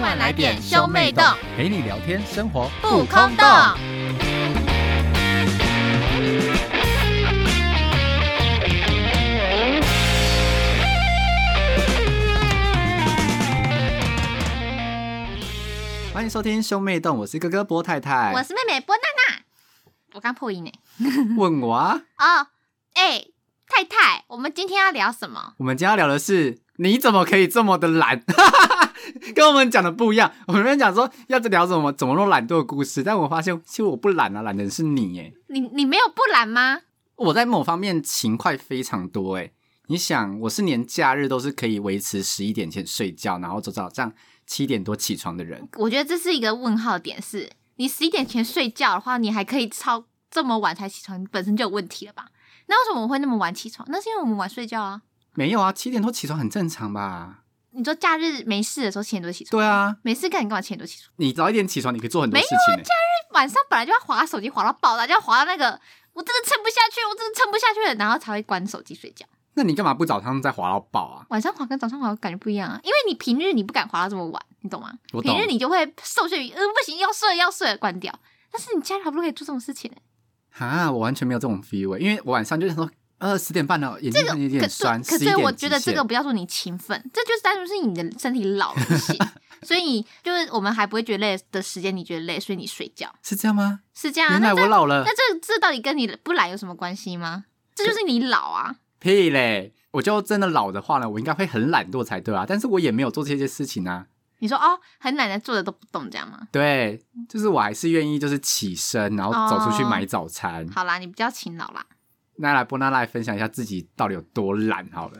快来点兄妹洞，陪你聊天，生活不空洞。欢迎收听兄妹洞，我是哥哥波太太。我是妹妹波娜娜，我刚破音呢。问我啊，哦，哎，太太，我们今天要聊什么？我们今天要聊的是，你怎么可以这么的懒？ 跟我们讲的不一样。我们讲说要聊什么怎么弄懒惰的故事，但我发现其实我不懒啊，懒的是你耶。你你没有不懒吗？我在某方面勤快非常多哎。你想，我是连假日都是可以维持十一点前睡觉，然后走早上七点多起床的人。我觉得这是一个问号点是，你十一点前睡觉的话，你还可以超这么晚才起床，你本身就有问题了吧？那为什么我会那么晚起床？那是因为我们晚睡觉啊。没有啊，七点多起床很正常吧？你说假日没事的时候七点多起床，对啊，没事干你干嘛七点多起床？你早一点起床，你可以做很多事啊情、欸。晚上本来就要划手机，划到爆炸，就要划到那个我真的撑不下去，我真的撑不下去了，然后才会关手机睡觉。那你干嘛不早上再滑到爆啊？晚上滑跟早上滑感觉不一样啊，因为你平日你不敢滑到这么晚，你懂吗？我懂平日你就会受限于，嗯、不行，要睡了要睡了，关掉。但是你家里好不容易可以做这种事情、欸，哈，我完全没有这种 feel，欸、因为我晚上就想说，呃，十点半了，眼睛这个有可点酸，可十一是点我觉得极这限个不叫做你勤奋，这就是单纯是你的身体老了不 行，所以你就是我们还不会觉得累的时间，你觉得累，所以你睡觉是这样吗？是这样、啊。原来那我这老了，那这这到底跟你不懒有什么关系吗？这就是你老啊。屁嘞！我就真的老的话呢，我应该会很懒惰才对啊，但是我也没有做这些事情啊。你说哦，很懒得坐着都不动这样吗？对，就是我还是愿意就是起身，然后走出去哦买早餐。好啦，你比较勤劳啦。那来波娜来分享一下自己到底有多懒好了，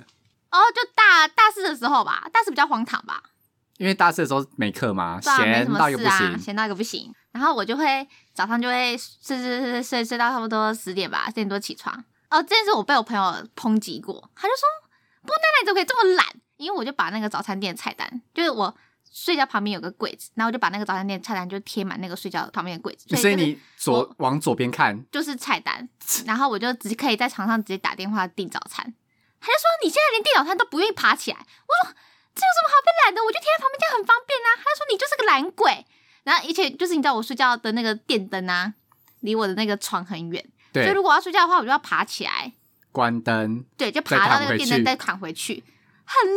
哦，就大大四的时候吧，大四比较荒唐吧，因为大四的时候没课嘛，对啊，没闲什到么一个事不啊，行。闲到一个不行。然后我就会早上就会睡睡睡睡睡睡到差不多十点吧，十点多起床。哦，这件事我被我朋友抨击过，他就说：“不，娜娜你怎么可以这么懒？”因为我就把那个早餐店的菜单，就是我睡觉旁边有个柜子，然后我就把那个早餐店的菜单就贴满那个睡觉旁边的柜子，所以就是你左往左边看，就是菜单，然后我就只可以在床上直接打电话订早餐。他就说你现在连订早餐都不愿意爬起来，我说这有什么好被懒的？我就贴在旁边，这样很方便啊。他就说你就是个懒鬼。然后而且就是你知道我睡觉的那个电灯啊，离我的那个床很远，所以对如，果要睡觉的话，我就要爬起来，关灯，对，就再爬躺到那个回电灯去再躺回去，很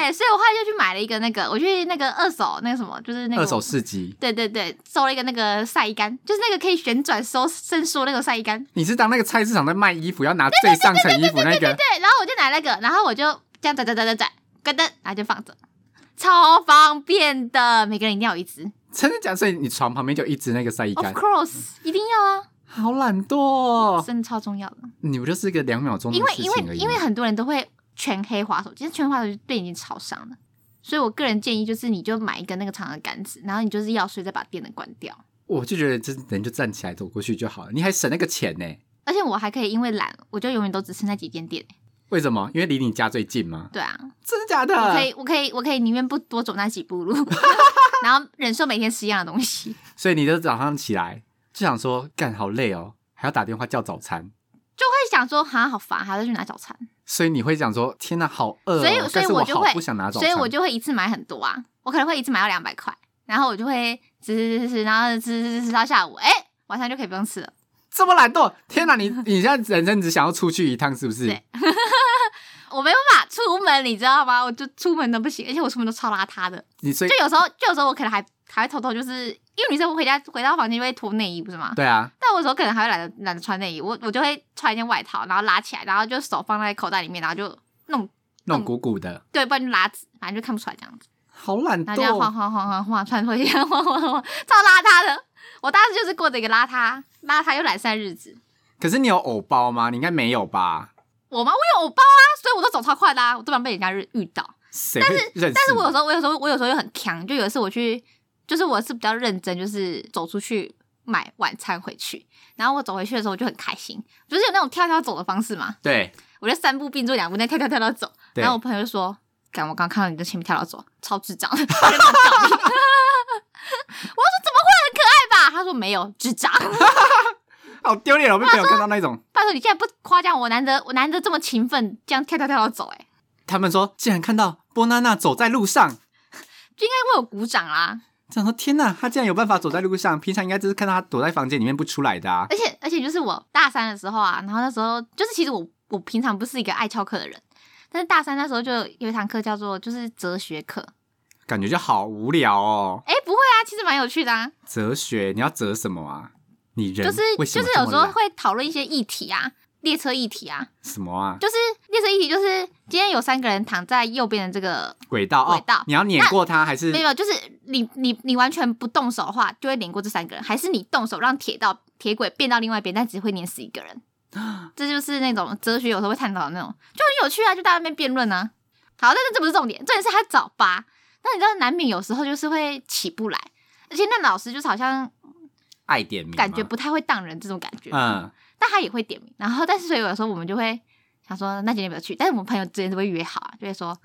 累耶。所以我后来就去买了一个那个，我去那个二手那个什么，就是那个二手市集。对对对，收了一个那个晒衣杆，就是那个可以旋转收伸缩那个晒衣杆。你是当那个菜市场在卖衣服，要拿最上层衣服那个？对，然后我就拿那个，然后我就这样转转转转转，关灯，然后就放着，超方便的。每个人一定要有一只真的假的？所以你床旁边就一只那个晒衣，of 杆， course，一定要啊，好懒惰、哦。真的超重要的。你不就是一个两秒钟的因为事因情而为已因为吗？很多人都会全黑滑手机，全黑滑手机对眼睛超伤的，所以我个人建议就是你就买一根那个长的杆子，然后你就是要睡再把电灯关掉。我就觉得这人就站起来走过去就好了，你还省那个钱呢？而且我还可以因为懒，我就永远都只剩那几间店。为什么？因为离你家最近吗？对啊，真的假的？我可以，我可以，我可以宁愿不多走那几步路， 然后忍受每天吃一样的东西。所以你就早上起来就想说，干好累哦，还要打电话叫早餐，就会想说，哈，好烦，还要去拿早餐，所以你会想说，天哪，好饿、哦，所以所但以是我就好会不想拿早所餐，以我就会一次买很多啊，我可能会一次买到两百块，然后我就会吃吃吃吃，然后吃吃吃吃到下午，哎、晚上就可以不用吃了。这么懒惰。天哪，你你现在人生只想要出去一趟，是不是对？我没办法出门，你知道吗？我就出门都不行，而且我出门都超邋遢的。你所以就有时候，就有时候我可能还还会偷偷，就是因为女生回家回到房间就会脱内衣，不是吗？对啊，但我有时候可能还会懒得懒得穿内衣，我我就会穿一件外套，然后拉起来，然后就手放在口袋里面，然后就弄那种鼓鼓的，对，不然就拉直，反正就看不出来这样子。好懒然后这样晃惰。晃晃晃晃穿回去，晃晃晃晃，超邋遢的。我当时就是过着一个邋遢、邋遢又懒散的日子。可是你有偶包吗？你应该没有吧？我吗？我有偶包啊，所以我都走超快啦、我都常被人家遇遇到。谁会认识你？但是我有时候，我有时候，我有时候又很强。就有一次我去，就是我是比较认真，就是走出去买晚餐回去，然后我走回去的时候我就很开心，就是有那种跳跳走的方式嘛。对我就三步并作两步，那跳跳跳跳走。对然后我朋友就说：“干，我刚看到你在前面跳跳走，超智障，真的 很搞你我就说：“怎么会很可爱吧？”他说：“没有，智障。 好丢脸哦，被朋友看到那种。”拜托你竟然不夸奖我，难得我难得这么勤奋，这样跳跳跳跳走、欸，哎，他们说，竟然看到波娜娜走在路上，就应该会有鼓掌啦。想说天哪，他竟然有办法走在路上，平常应该就是看到他躲在房间里面不出来的啊。而且而且就是我大三的时候啊，然后那时候就是其实我我平常不是一个爱翘课的人，但是大三那时候就有一堂课叫做就是哲学课，感觉就好无聊哦。哎、不会啊，其实蛮有趣的啊，哲学，你要哲什么啊？你人就是为什就么是这有么时候懒会讨论一些议题啊，列车议题啊，什么啊？就是列车议题就是今天有三个人躺在右边的这个，轨道哦，轨道你要碾过它还是没有，就是你你你完全不动手的话，就会碾过这三个人，还是你动手让铁道铁轨变到另外一边，但只会碾死一个人。这就是那种哲学有时候会探讨的那种，就很有趣啊，就大家在那边辩论啊。好，但是这不是重点，重点是他早八，那你知道难免有时候就是会起不来，而且那老师就是好像爱点名吗？感觉不太会当人这种感觉，嗯，但他也会点名。然后，但是所以有时候我们就会想说，那今天不要去。但是我们朋友之间都会约好啊，就会说，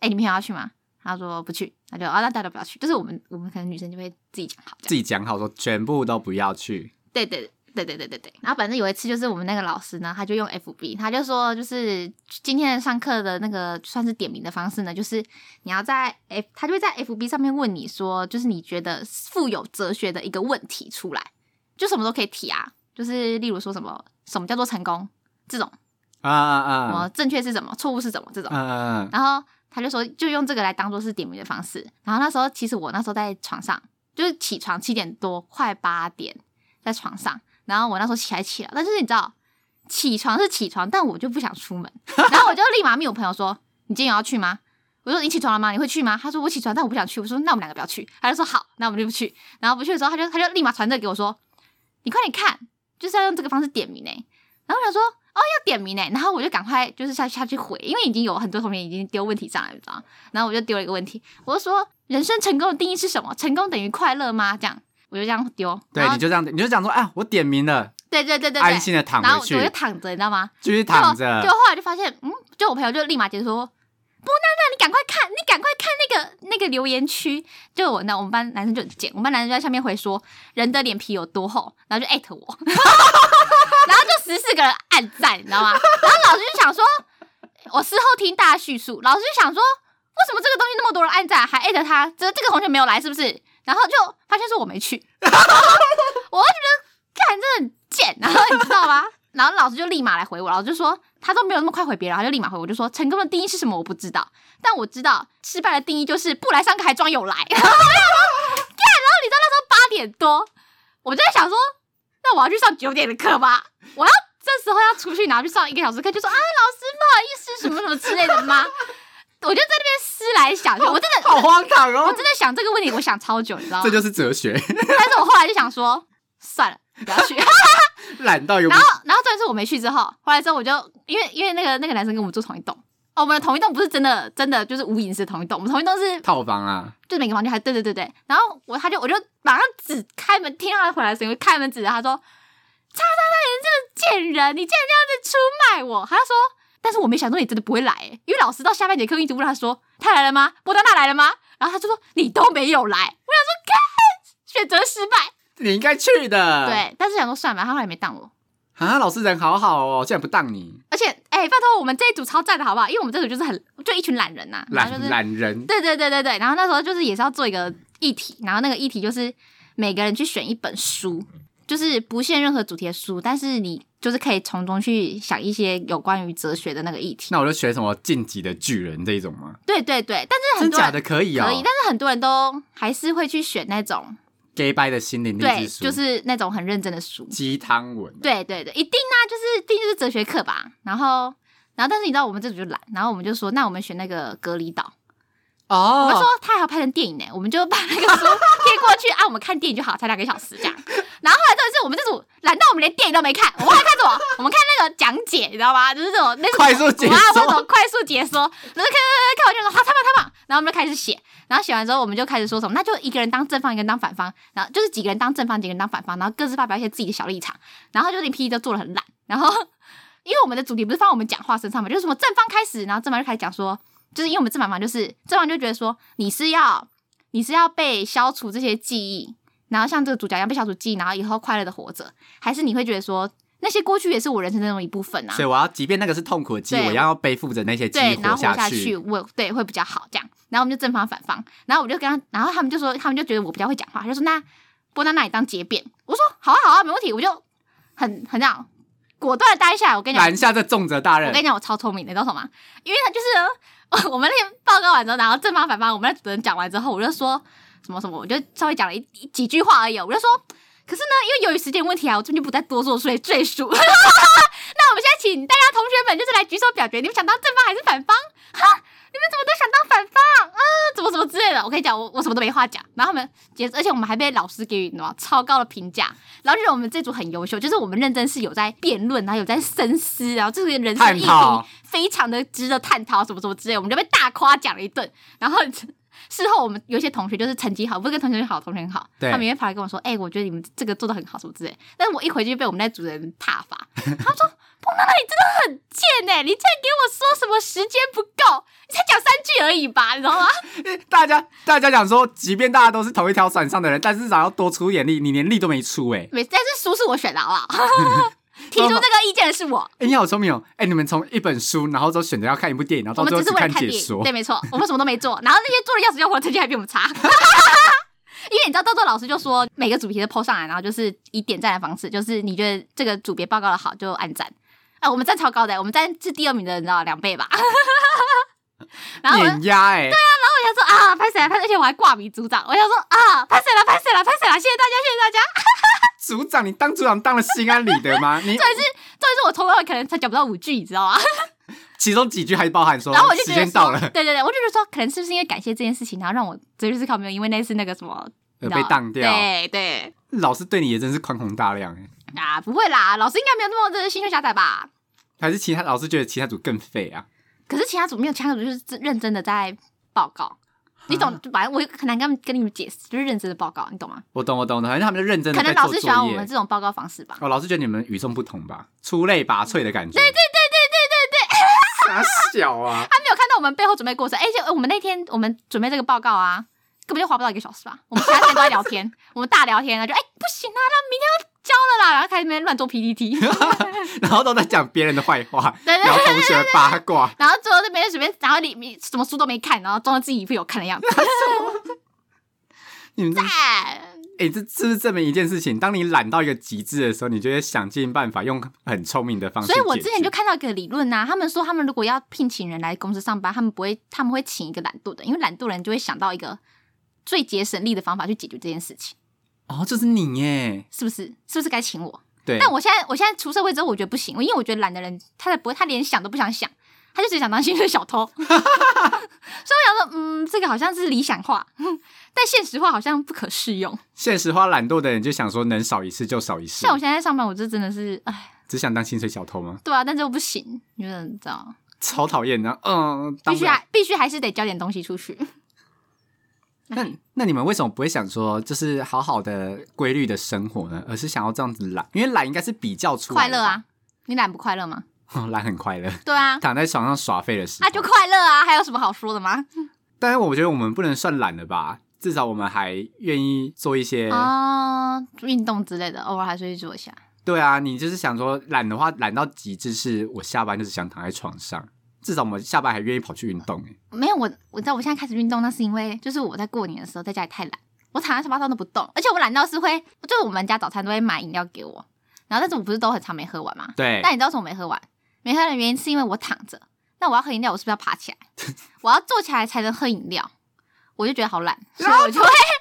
哎、你们要去吗？他说不去，那就啊，那大家都不要去。就是我们我们可能女生就会自己讲好，这样自己讲好说全部都不要去。对对。对对对对对，然后反正有一次就是我们那个老师呢，他就用 FB，他就说就是今天上课的那个算是点名的方式呢，就是你要在 F，他就会在 FB 上面问你说，就是你觉得富有哲学的一个问题出来，就什么都可以提啊，就是例如说什么什么叫做成功这种，啊啊什么啊！正确是什么，错误是什么这种。嗯嗯然后他就说，就用这个来当做是点名的方式。然后那时候其实我那时候在床上，就是起床七点多，快八点在床上。然后我那时候起来起了，但是你知道，起床是起床，但我就不想出门。然后我就立马命我朋友说：“你今天有要去吗？”我说：“你起床了吗？你会去吗？”他说：“我起床，但我不想去。”我说：“那我们两个不要去。”他就说：“好，那我们就不去。”然后不去的时候，他就他就立马传这个给我说：“你快点看，就是要用这个方式点名诶、欸然后我想说，哦，要点名哎、然后我就赶快就是下下去回，因为已经有很多同学已经丢问题上来了，你知道吗？然后我就丢了一个问题，我就说人生成功的定义是什么？成功等于快乐吗？这样我就这样丢，然对，后你就这样，你就讲说啊，我点名了，对对对对安对，心的躺然后回我就我就去，躺着，你知道吗？继续躺就就着。后来就发现，嗯，就我朋友就立马解释说，不，娜娜，你赶快看，你赶快看那个那个留言区。就我那我们班男生就很贱，我们班男生就在下面回说人的脸皮有多厚，然后就艾特我， 然后就十四个人暗赞，你知道吗？然后老师就想说，我事后听大家叙述，老师就想说，为什么这个东西那么多人暗赞，还艾特他？这这个同学没有来是不是？然后就发现是我没去， 我就觉得干这很贱，然后你知道吗？然后老师就立马来回我，老师就说他都没有那么快回别人，他就立马回我，就说成功的定义是什么我不知道，但我知道失败的定义就是不来上课还装有来。 然后我就想说干，然后你知道那时候八点多，我就在想说，那我要去上九点的课吧，我要这时候要出去，然后去上一个小时课，就说啊老师不好意思什么什么之类的吗？ 我就在那边思来想去，我真的好荒唐我哦！真的想这个问题，我想超久，你 知道吗？这就是哲学，但是我后来就想说，算了，不要去。懒到有然后，然后这次我没去之后，后来之后我就因为因为那个那个男生跟我们住同一栋，哦，我们的同一栋不是真的真的就是无隐私同一栋，我们同一栋是套房啊，就是每个房间还对对对对。然后我他就我就马上指开门，听到他回来的声音，我就开门指着他说：“叉叉叉，你这个贱人，你竟然这样子出卖我！”他就说：“但是我没想到你真的不会来、欸因为老师到下半节课一直问他说：‘他来了吗？波丹娜来了吗？’然后他就说：‘你都没有来。’我想说，看选择失败。你应该去的。对，但是想说算了，他后来也没当我。啊，老师人好好哦，竟然不当你而且，哎、拜托，我们这一组超赞的好不好？因为我们这组就是很就一群懒人呐、然后懒就是懒人，对对对对对。然后那时候就是也是要做一个议题，然后那个议题就是每个人去选一本书，就是不限任何主题的书，但是你就是可以从中去想一些有关于哲学的那个议题。那我就学什么晋级的巨人这一种吗？对对对，但是真很多假人的可以哦，哎可以，但是很多人都还是会去选那种 gay 拜的心灵励对，志书，就是那种很认真的书。鸡汤文。对对对，一定啊，就是一定就是哲学课吧。然后，然后但是你知道我们这组就懒，然后我们就说，那我们选那个隔离岛。我们说哦，他还要拍成电影呢，我们就把那个书贴过去，啊，我们看电影就好，才两个小时这样。然后后来真的是我们这组懒到我们连电影都没看，我们还看什么？ 我们看那个讲解，你知道吗？就是这种那种快速解我啊，说那种快速解说，然后看看看看完就说好，太棒太棒，然后我们就开始写，然后写完之后我们就开始说什么，那就一个人当正方，一个人当反方，然后就是几个人当正方，几个人当反方，然后各自发表一些自己的小立场，然后就连 PPT 都做的很烂，然后因为我们的主题不是放我们讲话身上嘛，就是什么正方开始，然后正方就开始讲说，就是因为我们正反方就是正方就觉得说你是要你是要被消除这些记忆，然后像这个主角一样被消除记忆，然后以后快乐的活着，还是你会觉得说那些过去也是我人生中的一部分啊所，以我要，即便那个是痛苦的记忆，对我要背负着那些记忆对，然后下活去，我对会比较好这样。然后我们就正方反方，然后我就跟他，然后他们就说，他们就觉得我比较会讲话，他就说那波娜那你当结辩，我说好啊好啊，没问题，我就很很这样果断的答应下来。我跟你讲拦，下这重责大我任跟你。讲，我超聪明的，你知道什么吗？因为他就是 我们那天报告完之后，然后正方反方，我们那主任讲完之后，我就说什么什么，我就稍微讲了一一几句话而已，我就说，可是呢，因为由于时间问题啊，我这边就不再多做赘赘述。那我们现在请大家同学们就是来举手表决，你们想当正方还是反方？哈， 你们怎么都想当反方啊？怎么怎么之类的？我跟你讲，我我什么都没话讲。然后他们结，而且我们还被老师给予你知道吗超高的评价，然后就觉得我们这组很优秀，就是我们认真是有在辩论，然后有在深思，然后这个人生议探题讨非常的值得探讨，什么什么之类的，我们就被大夸奖了一顿。然后 事后我们有一些同学就是成绩好，不是跟同学好，同学很好，对他们也会跑来跟我说：“哎、我觉得你们这个做的很好，什么之类。”但是我一回去就被我们那组人挞伐，他们说：“碰到那你真的很贱哎、你竟然给我说什么时间不够，你才讲三句而已吧，你知道吗？ 大家大家讲说，即便大家都是同一条船上的人，但是至少要多出点力，你连力都没出哎、每但是书是我选的，好不好？ 提出这个意见的是我，哎、你好聪明哦！哎、你们从一本书，然后都选择要看一部电影，然后我啊到们最只后是为了看解电影，说对，，没错，我们什么都没做，然后那些做的要死要活的成绩还比我们差。 因为你知道，到时候老师就说每个主题都抛上来，然后就是以点赞的方式，就是你觉得这个组别报告的好就按赞。哎、我们赞超高的，我们赞是第二名的，你知道两倍吧？ 然后我就碾压哎，我想说啊，拍谁来拍？而且我还挂名组长，我想说啊，拍谁来拍谁来拍谁来，谢谢大家，谢谢大家。组长，你当组长当了心安理得 吗？重你点是，重点是我从头到尾可能才讲不到五句，你知道吗？其中几句还包含说然后我就哦时觉得间说到了，对对对，我就觉得说，可能是不是因为感谢这件事情，然后让我哲学思考没有因为那次那个什么呃你知道被当掉对对老师对你也真是宽宏大量哎、啊，不会啦，老师应该没有那么的心胸狭窄吧？还是其他老师觉得其他组更废啊？可是其他组没有，其他组就是认真的在报告，啊你懂？就反正我很难跟他们跟你们解释，就是认真的报告，你懂吗？我懂我懂，反正他们就认真的可能在老做师喜作欢我业们。这种报告方式吧。哦，老师觉得你们与众不同吧，出类拔萃的感觉。对对对对 对对对，傻小啊！他没有看到我们背后准备过程，而、且我们那天我们准备这个报告啊，根本就花不到一个小时吧。我们其他时间都在聊 天，我们大聊天啊，就哎、不行啊，那明天要交了啦，然后开始在那边乱做 PPT，然后都在讲别人的坏话，对对聊同学八卦。然后最后那边随便，然后里面什么书都没看，然后装的自己一副有看的 样子。你们这，哎、哎这是不是证明一件事情？当你懒到一个极致的时候，你就会想尽办法用很聪明的方式解所决。以我之前就看到一个理论啊呐、他们说他们如果要聘请人来公司上班，他们不会，他们会请一个懒惰的，因为懒惰人就会想到一个最节省力的方法去解决这件事情，哦，就是你耶，是不是？是不是该请我？对，但我现在我现在出社会之后，我觉得不行，因为我觉得懒的人，他才不会，他连想都不想想，他就只想当薪水小偷。 所以我想说，嗯，这个好像是理想化， 但现实化好像不可适用。现实化懒惰的人就想说，能少一次就少一次像，我现在在上班，我就真的是，哎，只想当薪水小偷吗？对啊，但是又不行，你知道，超讨厌的，嗯，必当不须了还必须还是得交点东西出去。那那你们为什么不会想说，就是好好的规律的生活呢？而是想要这样子懒？因为懒应该是比较出来快的乐啊，你懒不快乐吗？吧，懒很快乐，对啊，躺在床上耍废的时候。啊就快乐啊，还有什么好说的吗？但是我觉得我们不能算懒了吧，至少我们还愿意做一些。啊，运动之类的，偶尔还是会做一下。对啊，你就是想说懒的话，懒到极致是我下班就是想躺在床上，至少我们下班还愿意跑去运动、欸。没有我，我知道我现在开始运动，那是因为就是我在过年的时候在家里太懒，我躺在沙发上都不动，而且我懒到是会，就是我们家早餐都会买饮料给我，然后但是我不是都很常没喝完吗？对但，你知道为什么没喝完？没喝完的原因是因为我躺着，那我要喝饮料，我是不是要爬起来？ 我要坐起来才能喝饮料，我就觉得好 懒，所以我就会，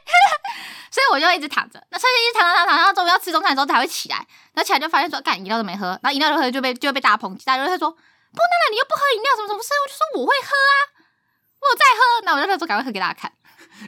所以我就一直躺着。那所以一直躺躺躺躺，然后终于要吃中餐的时候才会起来，然后起来就发现说，干饮料都没喝，然后饮料都喝就被就被大家抨击，大家就会说，不，娜娜你又不喝饮料，什么什么事？我就说我会喝啊，我有在喝，那我就那时候赶快喝给大家看。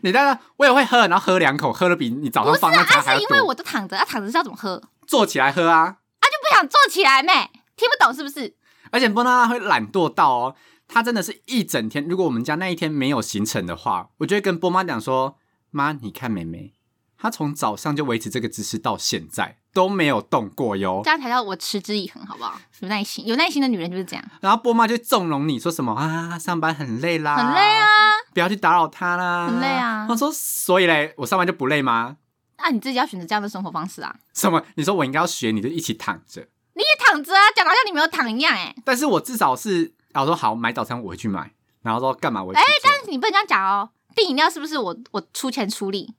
你当然我也会喝，然后喝两口，喝的比你早不上是放那啊，茶啊还要是因为多。我都躺着，啊躺着是要怎么喝？啊坐起来喝啊，就不想坐起来妹，听不懂是不是？而且波娜娜会懒惰到哦，她真的是一整天。如果我们家那一天没有行程的话，我就会跟波妈讲说：“妈，你看妹妹，她从早上就维持这个姿势到现在都没有动过哟这。样才叫我持之以恒，好不好？有耐心，有耐心的女人就是这样，”然后波妈就纵容你说什么啊，上班很累啦，很累，啊。不要去打扰她啦，很累啊她说：“所以嘞，我上班就不累吗？那、啊你自己要选择这样的生活方式啊！什么？你说我应该要学你，就一起躺着。你也躺着啊，讲得好像你没有躺一样哎、但是我至少是，啊我说好买早餐我会去买，然后说干嘛我去哎做但是你不能这样讲哦，订饮料是不是我我出钱出力？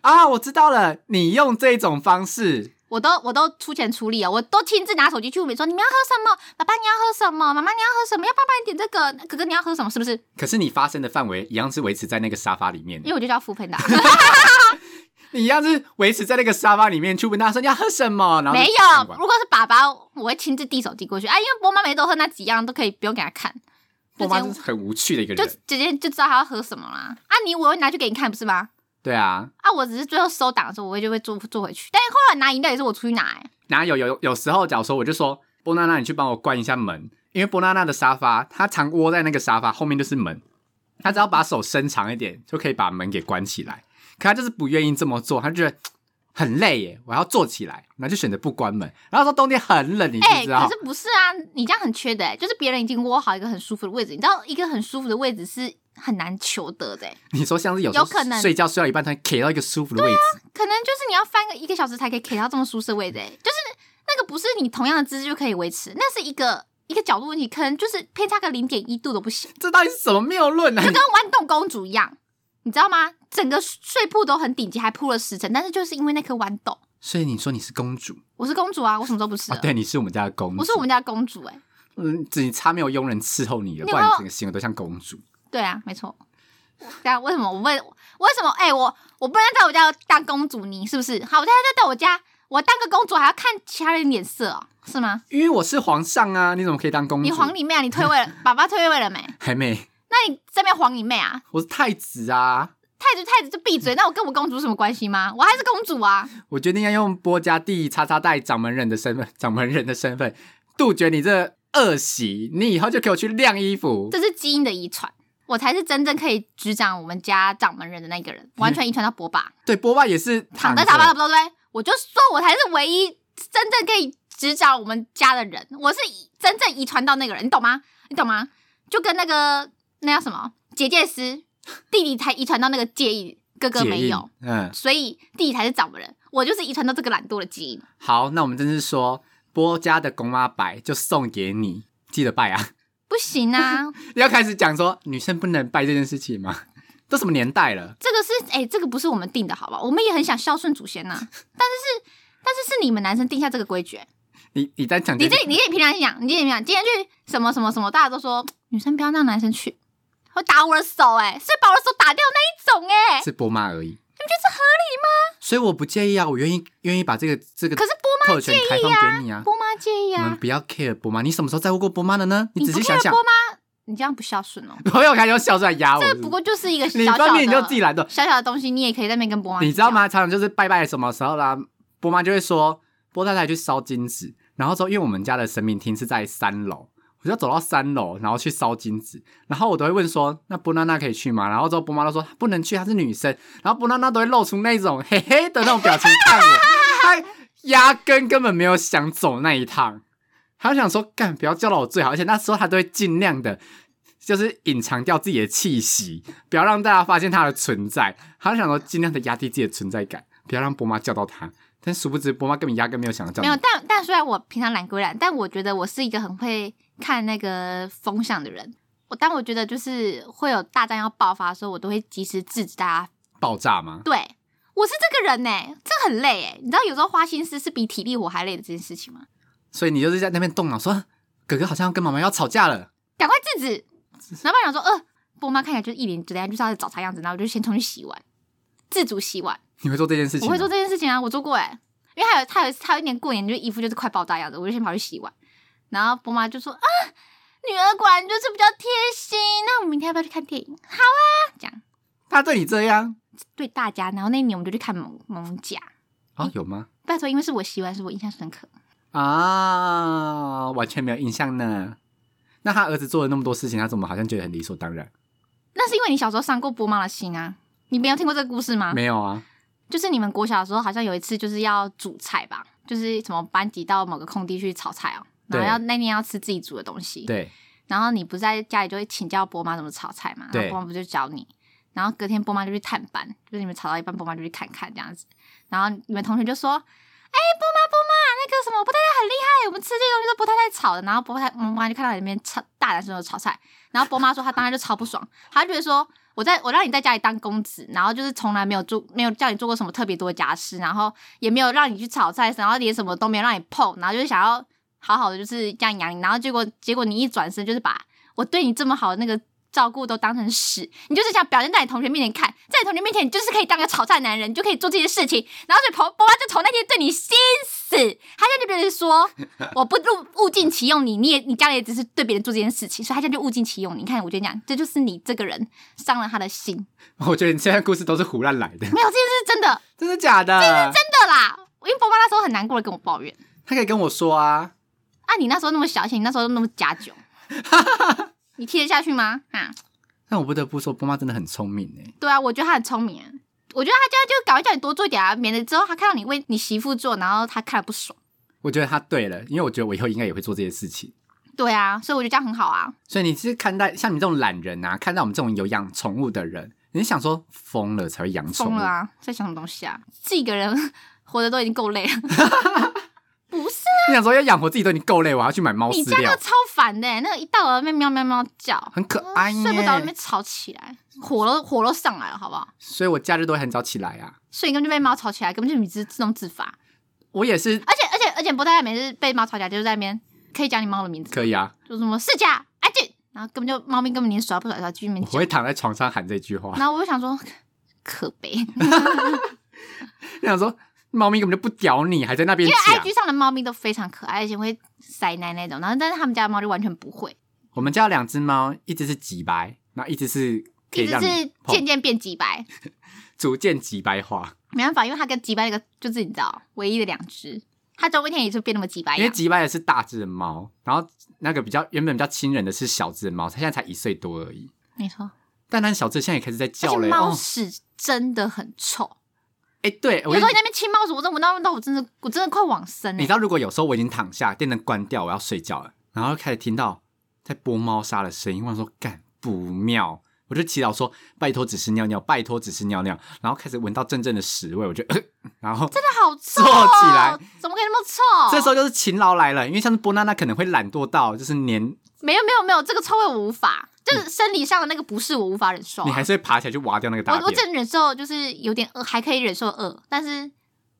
啊，我知道了，你用这种方式，我都我都出钱出力啊、我都亲自拿手机去问你说你们要喝什么，爸爸你要喝什么，妈妈你要喝什么，要爸爸你点这个，哥哥你要喝什么，是不是？可是你发生的范围一样是维持在那个沙发里面因，为我就叫富 panda，你一样是维持在那个沙发里面去问他说你要喝什么，然后没就看有。完如果是爸爸，我会亲自递手机过去，哎、因为波妈每都喝那几样，都可以不用给他看，我妈就就是很无趣的一个就人，直接就知道他要喝什么啦。啊，你我会拿去给你看，不是吗？对啊，啊，我只是最后收档的时候，我会就会做做回去。但是后来拿饮料也是我出去拿、欸，然后有有有时候，假如说我就说波娜娜，你去帮我关一下门，因为波娜娜的沙发，她常窝在那个沙发后面就是门，她只要把手伸长一点就可以把门给关起来。可她就是不愿意这么做，她就觉得嘖很累耶，我要坐起来，然后就选择不关门。然后说冬天很冷，你知哎、不知道可？是不是啊？你这样很缺德、欸，就是别人已经窝好一个很舒服的位置，你知道一个很舒服的位置是很难求得的、欸，你说像是有时候有可能啊睡觉睡到一半，突然 K 到一个舒服的位置，可能就是你要翻个一个小时才可以 K 到这么舒适的位置、欸，就是那个不是你同样的姿势就可以维持，那是一个一个角度问题，可能就是偏差个零点一度都不行，这到底是什么谬论呢、啊就跟豌豆公主一样，你知道吗？整个睡铺都很顶级，还铺了十层，但是就是因为那颗豌豆， 所以你说你是公主我是公主啊，我什么都不是啊？了，对，你是我们家的公主。我是我们家的公主、欸，哎，嗯，只差没有佣人伺候你了，你哦不然还有你整个行为都像公主。对啊，没错。但为什么我问为什么？哎、我我不能在我家当公主你是不是？好，我现在在我家，我当个公主还要看其他人脸色哦，是吗？因为我是皇上啊，你怎么可以当公主？你皇你妹啊！你退 位了，爸爸退位了没？还没，那你这边皇你妹啊？我是太子啊！太子太子就闭嘴，那我跟我公主什么关系吗？我还是公主啊！我决定要用波家第叉叉代掌门人的身份，掌门人的身份杜绝你这恶习，你以后就给我去晾衣服。这是基因的遗传，我才是真正可以执掌我们家掌门人的那个人，完全遗传到博爸，对，波霸也是躺躺在沙发着的，不对？我就说我才是唯一真正可以执掌我们家的人，我是真正遗传到那个人，你懂吗？你懂吗？就跟那个那叫什么结界师，弟弟才遗传到那个介意，哥哥解没印有，。嗯，所以弟弟才是掌门人，我就是遗传到这个懒惰的基因。好，那我们真是说波家的公妈白就送给你，记得拜啊！ 不行 啊，你要开始讲说女生不能拜这件事情吗？都什么年代了？这个是哎、这个不是我们定的，好吧？我们也很想孝顺祖先呐、啊但是是但是是你们男生定下这个规矩、哎你你在讲你这自己你自己平常心讲，你自己平常心讲，今天去什么什么什么，大家都说女生不要让男生去，会打我的手、哎，是把我的手打掉那一种、哎，是波妈而已，你们觉得这合理吗？所以我不介意啊，我愿意愿意把这个这个可是波特权开放给你妈啊。波妈介意我们啊，不要 care 波妈，你什么时候在乎过波妈的呢？你仔不细 care 想想波，妈，你这样不孝顺哦。 我有开始用笑出来压我这是个不不是。过就是一个小你小分的明你就自己懒惰，小小的东西，你也可以在那边跟波妈，你知道？吗？常常就是拜拜什么时候啦，波妈就会说波太太去烧金纸，然后之后因为我们家的神明厅是在三楼。我就走到三楼，然后去烧金纸，然后我都会问说：“那波娜娜可以去吗？”然后之后波妈都说：“不能去，她是女生。”然后波娜娜都会露出那种嘿嘿的那种表情看我， 她压根根本没有想走那一趟，她就想说：“干，不要叫到我最好。”而且那时候她都会尽量的，就是隐藏掉自己的气息，不要让大家发现她的存在。她就想说，尽量的压低自己的存在感，不要让波妈叫到她。但殊不知，波妈根本压根没有想到叫没有，你。但但虽然我平常懒归懒，但我觉得我是一个很会看那个风向的人。我但我觉得就是会有大战要爆发的时候，我都会及时制止大家。爆炸吗？对我是这个人呢、这很累哎、你知道有时候花心思是比体力活还累的这件事情吗？所以你就是在那边动脑说，啊哥哥好像要跟妈妈要吵架了。赶快制 止！然后我想说，呃，波妈看起来就是一脸等下就是要找茬样子，然后我就先冲去洗碗，自主洗碗。你会做这件事我情吗？会做这件事情啊，我做过哎、因为还有他有一次他有一年过年，就衣服就是快爆炸样子，我就先跑去洗碗，然后伯妈就说啊，女儿果然就是比较贴心，那我们明天要不要去看电影？好啊，这样他对你这样对大家，然后那一年我们就去看蒙蒙甲，啊、有吗？拜托，因为是我洗碗，是我印象深刻。啊，完全没有印象呢。那他儿子做了那么多事情，他怎么好像觉得很理所当然？那是因为你小时候伤过波妈的心啊，你没有听过这个故事吗？没有啊，就是你们国小的时候，好像有一次就是要煮菜吧，就是什么班级到某个空地去炒菜哦、然后对要那天要吃自己煮的东西，对， 然后你不是在家里就会请教波妈怎么炒菜嘛，然对后波妈不就教你，然后隔天波妈就去探班，就是你们炒到一半，波妈就去看看这样子，然后你们同学就说：“哎、波妈波妈，那个什么波太太很厉害，我们吃这些东西都波太太炒的。”然后波太我妈就看到里面炒大胆说的炒菜，然后波妈说她当然就超不爽，她觉得说。我在我让你在家里当公子，然后就是从来没有做，没有叫你做过什么特别多的家事，然后也没有让你去炒菜，然后连什么都没有让你碰，然后就是想要好好的就是这样养你，然后结果结果你一转身就是把我对你这么好的那个照顾都当成屎，你就是想表现在你同学面前看，在你同学面前你就是可以当个炒菜男人，你就可以做这些事情，然后所以婆婆妈就从那天对你心死，她现在就变成说我不物物尽其用你，你也你家里也只是对别人做这件事情，所以她现在就物尽其用你。你看，我就讲，这就是你这个人伤了他的心，我觉得你现在故事都是胡乱来的，没有这件事 是真的，真的假的？真的啦，因为婆妈那时候很难过的跟我抱怨，他可以跟我说啊，啊，你那时候那么小，而且你那时候那么假酒，你踢得下去吗？啊。但我不得不说，波妈真的很聪明哎。对啊，我觉得他很聪明。我觉得他就就赶快叫你多做一点啊，免得之后他看到你为你媳妇做，然后他看了不爽。我觉得他对了，因为我觉得我以后应该也会做这些事情。对啊，所以我觉得这样很好啊。所以你是看待像你这种懒人啊，看到我们这种有养宠物的人，你是想说疯了才会养宠疯物了？啊，在想什么东西啊？自己一个人活着都已经够累了。不是，你想说要养活自己都已经够累，我还要去买猫你饲家那料个，超烦的欸、那个一到晚在那边喵喵喵叫，呃很可爱睡不着，那边耶。吵起来，火都火都上来了，好不好？所以我假日都会很早起来啊。所以你根本就被猫吵起来，根本就是你自自动自发。我也是而且而且而且，波太太每次被猫吵起来，就是在那边可以讲你猫的名字，可以啊，就什么世家安静，然后根本就猫咪根本连甩不甩它，居民我会躺在床上喊这句话。 然后我就想说，可悲，因你想说猫咪根本就不屌你，还在那边为讲 IG。上的猫咪都非常可爱，而且会塞奶那种，然后但是他们家的猫就完全不会，我们家有两只猫，一只是几白，然后一只是可以一直让是你渐碰，渐变几白，逐渐几白化。没办法，因为它跟几白那个就是你知道唯一的两只，它总有一天也就变那么几白因为样。几白的是大只的猫，然后那个比较原本比较亲人的是小只的猫，它现在才一岁多而已。没错，但那小只现在也开始在而叫且了。猫哦，屎真的很臭，哎、对，有我时跟候你你那边亲猫屎，我真的闻到闻到，我真的我真的快往生你了知。道，如果有时候我已经躺下，电灯关掉，我要睡觉了，然后开始听到在播猫砂的声音，我想说干不妙，我就祈祷说拜托只是尿尿，拜托只是尿尿，然后开始闻到阵阵的屎味，我就、呃，然后真的好臭、哦坐起来，怎么可以那么臭？这时候就是勤劳来了，因为像是波娜娜可能会懒惰到就是黏，没有没有没有，这个臭味我无法，就是生理上的那个不适我无法忍受啊、嗯你还是会爬起来去挖掉那个大我我只便。能忍受就是有点饿，还可以忍受饿，但是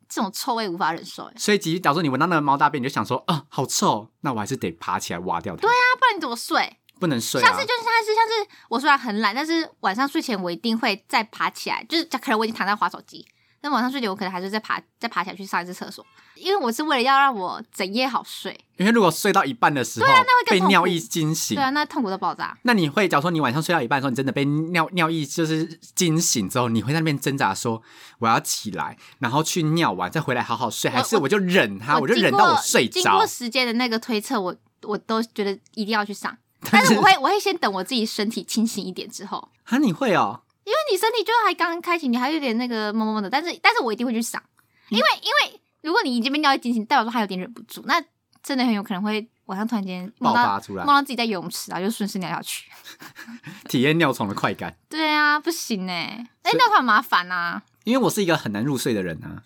这种臭味无法忍受哎。所以，即假如说你闻到那个猫大便，你就想说，啊、好臭，那我还是得爬起来挖掉它。对啊，那不然你怎么睡？不能睡下啊次。就是下次，下次我虽然很懒，但是晚上睡前我一定会再爬起来，就是可能我已经躺在滑手机，但晚上睡前我可能还是再爬再爬起来去上一次厕所，因为我是为了要让我整夜好睡。因为如果睡到一半的时候，啊那会更被痛苦尿意惊醒对，啊，那痛苦到爆炸。那你会，假如说你晚上睡到一半的时候，你真的被尿尿意就是惊醒之后，你会在那边挣扎说我要起来，然后去尿完再回来好好睡，我还是我就忍它，我就经忍过到我睡经过着？时间的那个推测，我我都觉得一定要去 上，但但是是我会我会先等我自己身体清醒一点之后，啊，你会哦，因为你身体就还刚刚开启，你还有点那个懵懵的，但是但是我一定会去上，因为、嗯因为如果你已经被尿液惊醒，代表说还有点忍不住，那真的很有可能会晚上突然间爆梦发到出梦来，到自己在游泳池，然后就顺势尿下去。体验尿床的快感。对啊，不行哎、哎、所以那很麻烦啊。因为我是一个很难入睡的人啊。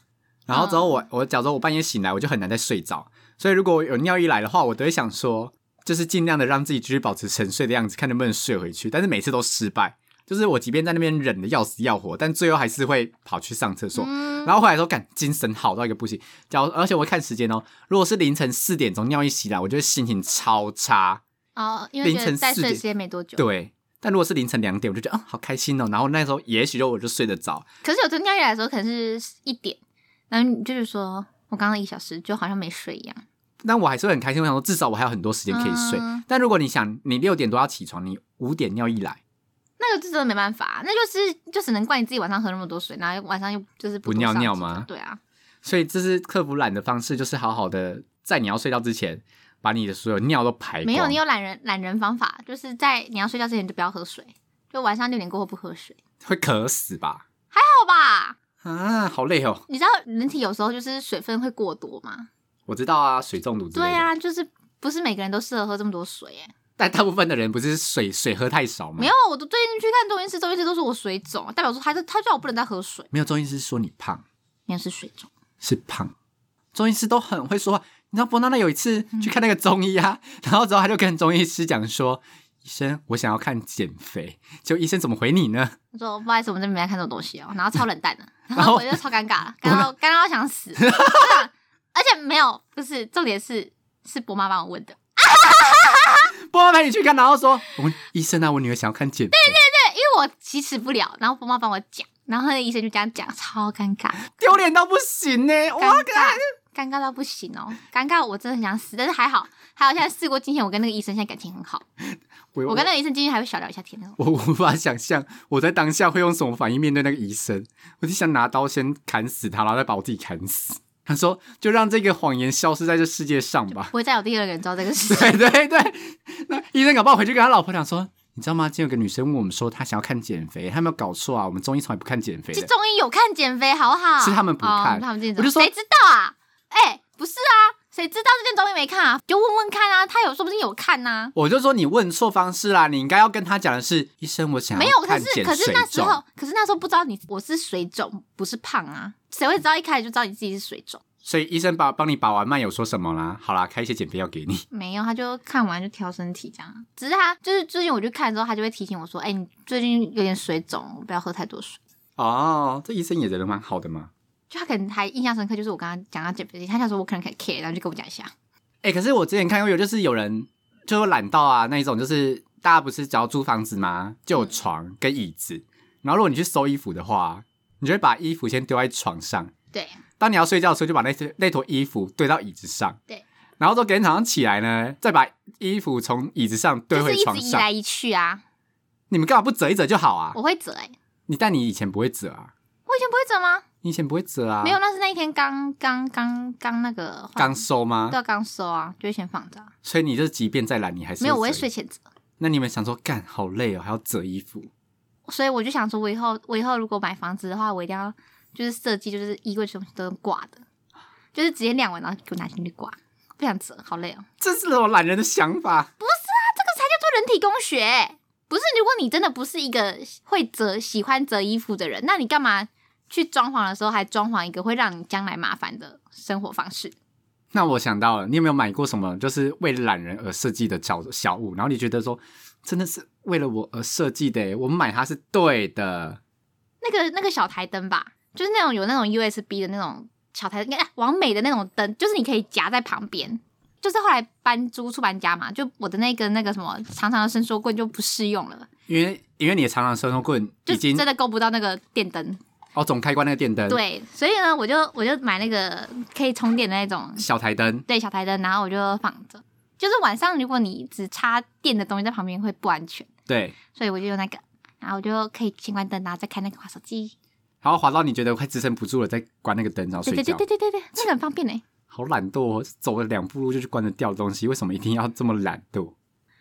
然后之后我、我假如说我半夜醒来，我就很难再睡着。所以如果我有尿意来的话，我都会想说，就是尽量的让自己继续保持沉睡的样子，看能不能睡回去。但是每次都失败，就是我即便在那边忍的要死要活，但最后还是会跑去上厕所。嗯，然后回来的时候，感精神好到一个不行。假如而且我看时间哦，如果是凌晨四点钟尿意袭来，我就会心情超差。哦，因为觉凌得晨再四睡点的时间没多久，对，但如果是凌晨两点，我就觉得啊、好开心哦。然后那时候也许就我就睡得着，可是有这尿液来的时候，可能是一点，然后你就是说我刚刚一小时就好像没睡一样。那我还是会很开心，我想说至少我还有很多时间可以睡。嗯但如果你想，你六点多要起床，你五点尿一来那个就真的没办法，那就是就只能怪你自己晚上喝那么多水，然后晚上又就是不多尿上尿几吗个对啊，所以这是克服懒的方式，就是好好的在你要睡觉之前，把你的所有尿都排光。没有你有懒人懒人方法，就是在你要睡觉之前就不要喝水，就晚上六点过后不喝水，会渴死吧？好吧？啊，好累哦！你知道人体有时候就是水分会过多嘛？我知道啊，水中毒之类的。对，啊，就是不是每个人都适合喝这么多水耶、但大部分的人不是水水喝太少吗？没有，，我都最近去看中医师，中医师都说我水肿，代表说他就他叫我不能再喝水，没有。中医师说你胖那是水肿。是胖，中医师都很会说话。你知道伯纳纳有一次去看那个中医啊，然后之后他就跟中医师讲说：“医生，我想要看减肥。”结果医生怎么回你呢？我说不好意思，我们这边没在看这种东西哦、然后超冷淡的，然然后后我就超尴尬了，尴尬尴尬到想死，真的而且没有，不是重点是是伯妈帮我问的，伯妈陪你去看，然后说：“我们医生啊，我女儿想要看减肥。”对，因为我启齿不了，然后伯妈帮我讲，然后那个医生就这样讲，超尴尬，丢脸到不行呢、我要尴跟他尬，尴尬到不行哦、尴尬我真的很想死，但是还好，还好现在事过境迁，我跟那个医生现在感情很好，我我跟那个医生今天还会小聊一下天那哦种，我我无法想象我在当下会用什么反应面对那个医生，我就想拿刀先砍死他，然后再把我自己砍死。他说：“就让这个谎言消失在这世界上吧。不会再有第二个人知道这个”事情。 对对对，那医生搞不好回去跟他老婆讲说：“你知道吗？今天有个女生问我们说她想要看减肥，她有没有搞错啊？我们中医从来不看减肥这的。中医有看减肥好不好？是他们不看哦他们这种我就说谁知道啊？哎、不是啊，谁知道这件中医没看啊？就问问看啊，他有说不定有看啊呐、”我就说你问错方式啦，你应该要跟他讲的是：“医生，我想没有，要可看是减可是水那时肿。候，可是那时候不知道你我是水肿，不是胖啊，谁会知道一开始就知道你自己是水肿？”所以医生把帮你把完脉有说什么啦？好啦，开一些减肥药给你。没有，他就看完就调身体这样。啊只是他就是最近我去看之后，他就会提醒我说：“哎、你最近有点水肿，不要喝太多水。哦，这医生也人蛮好的嘛。”就他可能还印象深刻，就是我刚刚讲到减肥，他想说我可能可以 care，然后就跟我讲一下。哎、可是我之前看过有，就是有人就懒到啊那一种，就是大家不是只要租房子吗？就有床跟椅子，然后如果你去收衣服的话，你就会把衣服先丢在床上，对，当你要睡觉的时候，就把那些那坨衣服堆到椅子上。对。然后从隔天早上起来呢，再把衣服从椅子上堆就是回一床直移上。来移去啊，你们干嘛不折一折就好啊？我会折哎、你但你以前不会折啊，我以前不会折吗？你以前不会折啊？没有，那是那一天刚刚刚刚那个换刚收吗对？啊刚收啊，就会先放着啊。所以你就是即便再懒，你还是没有，我会折睡前折，那你们想说，干好累哦，还要折衣服，所以我就想说，我以后我以后如果买房子的话，我一定要就是设计，就是衣柜这东西都用挂的，就是直接晾完然后给我拿进去挂，不想折，好累哦。这是什么懒人的想法？这个才叫做人体工学、欸不是？如果你真的不是一个会折、喜欢折衣服的人，那你干嘛去装潢的时候还装潢一个会让你将来麻烦的生活方式？那我想到了，你有没有买过什么就是为了懒人而设计的小小物？然后你觉得说，真的是为了我而设计的耶，我买它是对的。那个那个小台灯吧，就是那种有那种 USB 的那种小台灯，哎完美的那种灯，就是你可以夹在旁边。就是后来搬租出搬家嘛，就我的那个那个什么长长的伸缩棍就不适用了，因为因为你的长长伸缩棍就已经真的够不到那个电灯。哦总开关那个电灯，，对，所以呢，我就我就买那个可以充电的那种小台灯，对小台灯，然后我就放着。就是晚上如果你只插电的东西在旁边会不安全，对，所以我就用那个，然后我就可以先关灯，然后再开那个滑手机。然后滑到你觉得快支撑不住了，再关那个灯，然后对哦睡对觉对。对对对对，那个很方便呢、欸好懒惰、哦，走了两步路就去关得掉的东西，为什么一定要这么懒惰？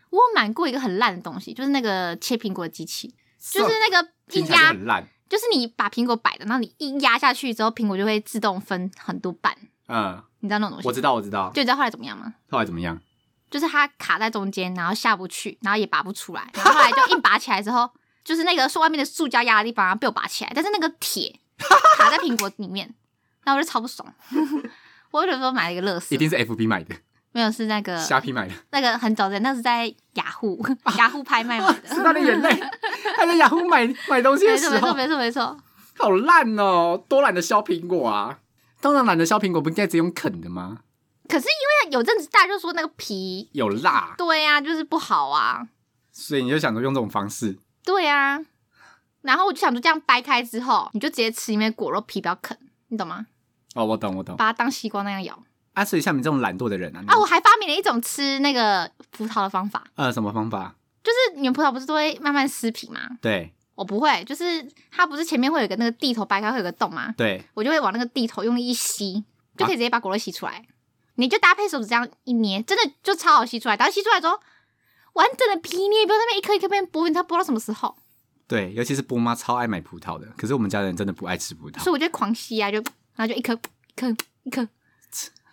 我有买过一个很烂的东西，就是那个切苹果的机器，就是那个一听起来就压，很烂，就是你把苹果摆的，然后你一压下去之后，苹果就会自动分很多瓣，嗯，你知道那种东我西？知道，我知道，就你知道后来怎么样吗？后来怎么样？就是它卡在中间，然后下不去，然后也拔不出来，然后后来就硬拔起来之后， 就是那个说外面的塑胶压的地方、啊、被我拔起来，但是那个铁 卡在苹果里面，然后我就超不爽。 我有时候买了一个乐色一，定是 FB 买的，没有是那个虾皮买的，那个很早的，那是在雅虎 雅虎拍卖买 的。是他 的眼泪，他在雅虎买买东西没的错时没错候，没错没错，好烂哦，多懒得削苹果啊！当然懒得削苹果，不应该直接用啃的吗？可是因为有阵子大家就说那个皮，有辣，对啊，就是不好啊，所以你就想着用这种方式。对啊。然后我就想说，这样掰开之后，你就直接吃里面的果肉皮，不要啃，你懂吗？哦，我懂，我懂。把它当西瓜那样咬。啊，所以像你这种懒惰的人啊，你啊，我还发明了一种吃那个葡萄的方法，呃，什么方法？就是你们葡萄不是都会慢慢撕皮吗？对我不会，就是它不是前面会有一个那个地头掰开会有个洞吗？对，我就会往那个地头用力一吸，就啊可以直接把果肉吸出来。你就搭配手指这样一捏，真的就超好吸出来。然后吸出来之后，完整的皮你也不用在那边一颗一颗边剥，你它剥到什么时候？对，尤其是波妈超爱买葡萄的，可是我们家人真的不爱吃葡萄所以，我就狂吸啊，就然后就一颗一颗一颗。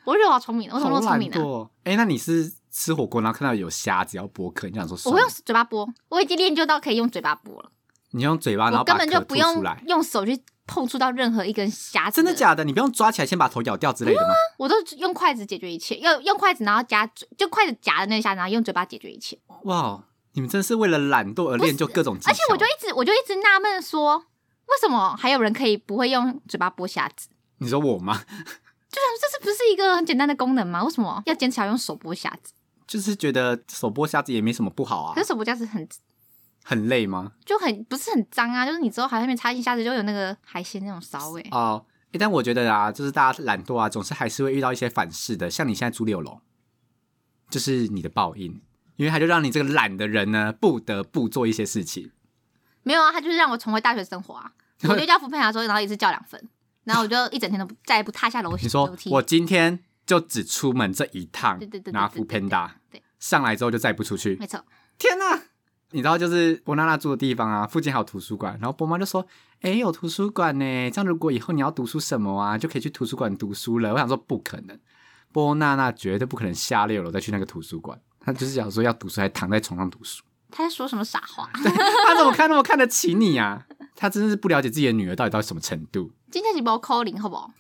我觉得我好聪明，我怎么那好么聪懒明呢、惰。哎，那你是吃火锅，然后看到有虾子要剥壳，你想说我算会了用嘴巴剥，我已经练就到可以用嘴巴剥了。啊你用嘴巴，然我后根把本就壳不吐用出来，用手去碰触到任何一根虾子。真的？假的？你不用抓起来先把头咬掉之类的吗？我都用筷子解决一切，要用筷子，然后夹嘴，就筷子夹的那个虾子，然后用嘴巴解决一切。哇，哦你们真是为了懒惰而练就各种技巧。而且我就一直我就一直纳闷说，为什么还有人可以不会用嘴巴剥虾子？你说我吗？ 就想说这是不是一个很简单的功能吗？为什么要坚持要用手剥虾子？就是觉得手剥虾子也没什么不好啊可，是手剥虾子很很累吗？就很不是很脏啊，就是你之后还在那边擦一下子，就有那个海鲜那种骚味。哦、诶但我觉得啊，就是大家懒惰啊，总是还是会遇到一些反噬的。像你现在住六楼，就是你的报应，因为他就让你这个懒的人呢，不得不做一些事情。没有啊，他就是让我重回大学生 活啊。我就叫扶培养的时候，然后一次叫两份，然后我就一整天都不再也不踏下楼 你梯。说楼梯我今天就只出门这一趟，对对对对拿对副对 Panda 对，上来之后就再也不出去。没错，天呐！你知道，就是波娜娜住的地方啊，附近还有图书馆。然后波妈就说：“哎、有图书馆呢，这样如果以后你要读书什么啊，就可以去图书馆读书了。”我想说，不可能，波娜娜绝对不可能下六楼再去那个图书馆。她就是想说要读书，还躺在床上读书。 他在说什么傻话？她怎么看那么看得起你啊？她真的是不了解自己的女儿到底到什么程度。今天你把我扣零好不好？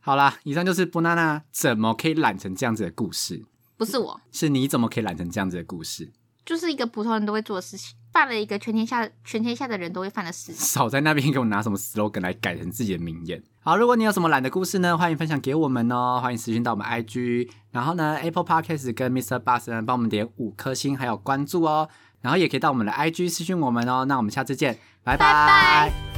好啦，以上就是波娜娜怎么可以懒成这样子的故事，不是我，是你怎么可以懒成这样子的故事。就是一个普通人都会做的事情，犯了一个全天下全天下的人都会犯的事。少在那边给我拿什么 slogan 来改成自己的名言。好，如果你有什么懒的故事呢，欢迎分享给我们哦，欢迎私讯到我们 IG，然后呢，Apple Podcast 跟 Mr. Bus 呢帮我们点五颗星，还有关注哦，然后也可以到我们的 IG 私讯我们哦。那我们下次见，拜拜拜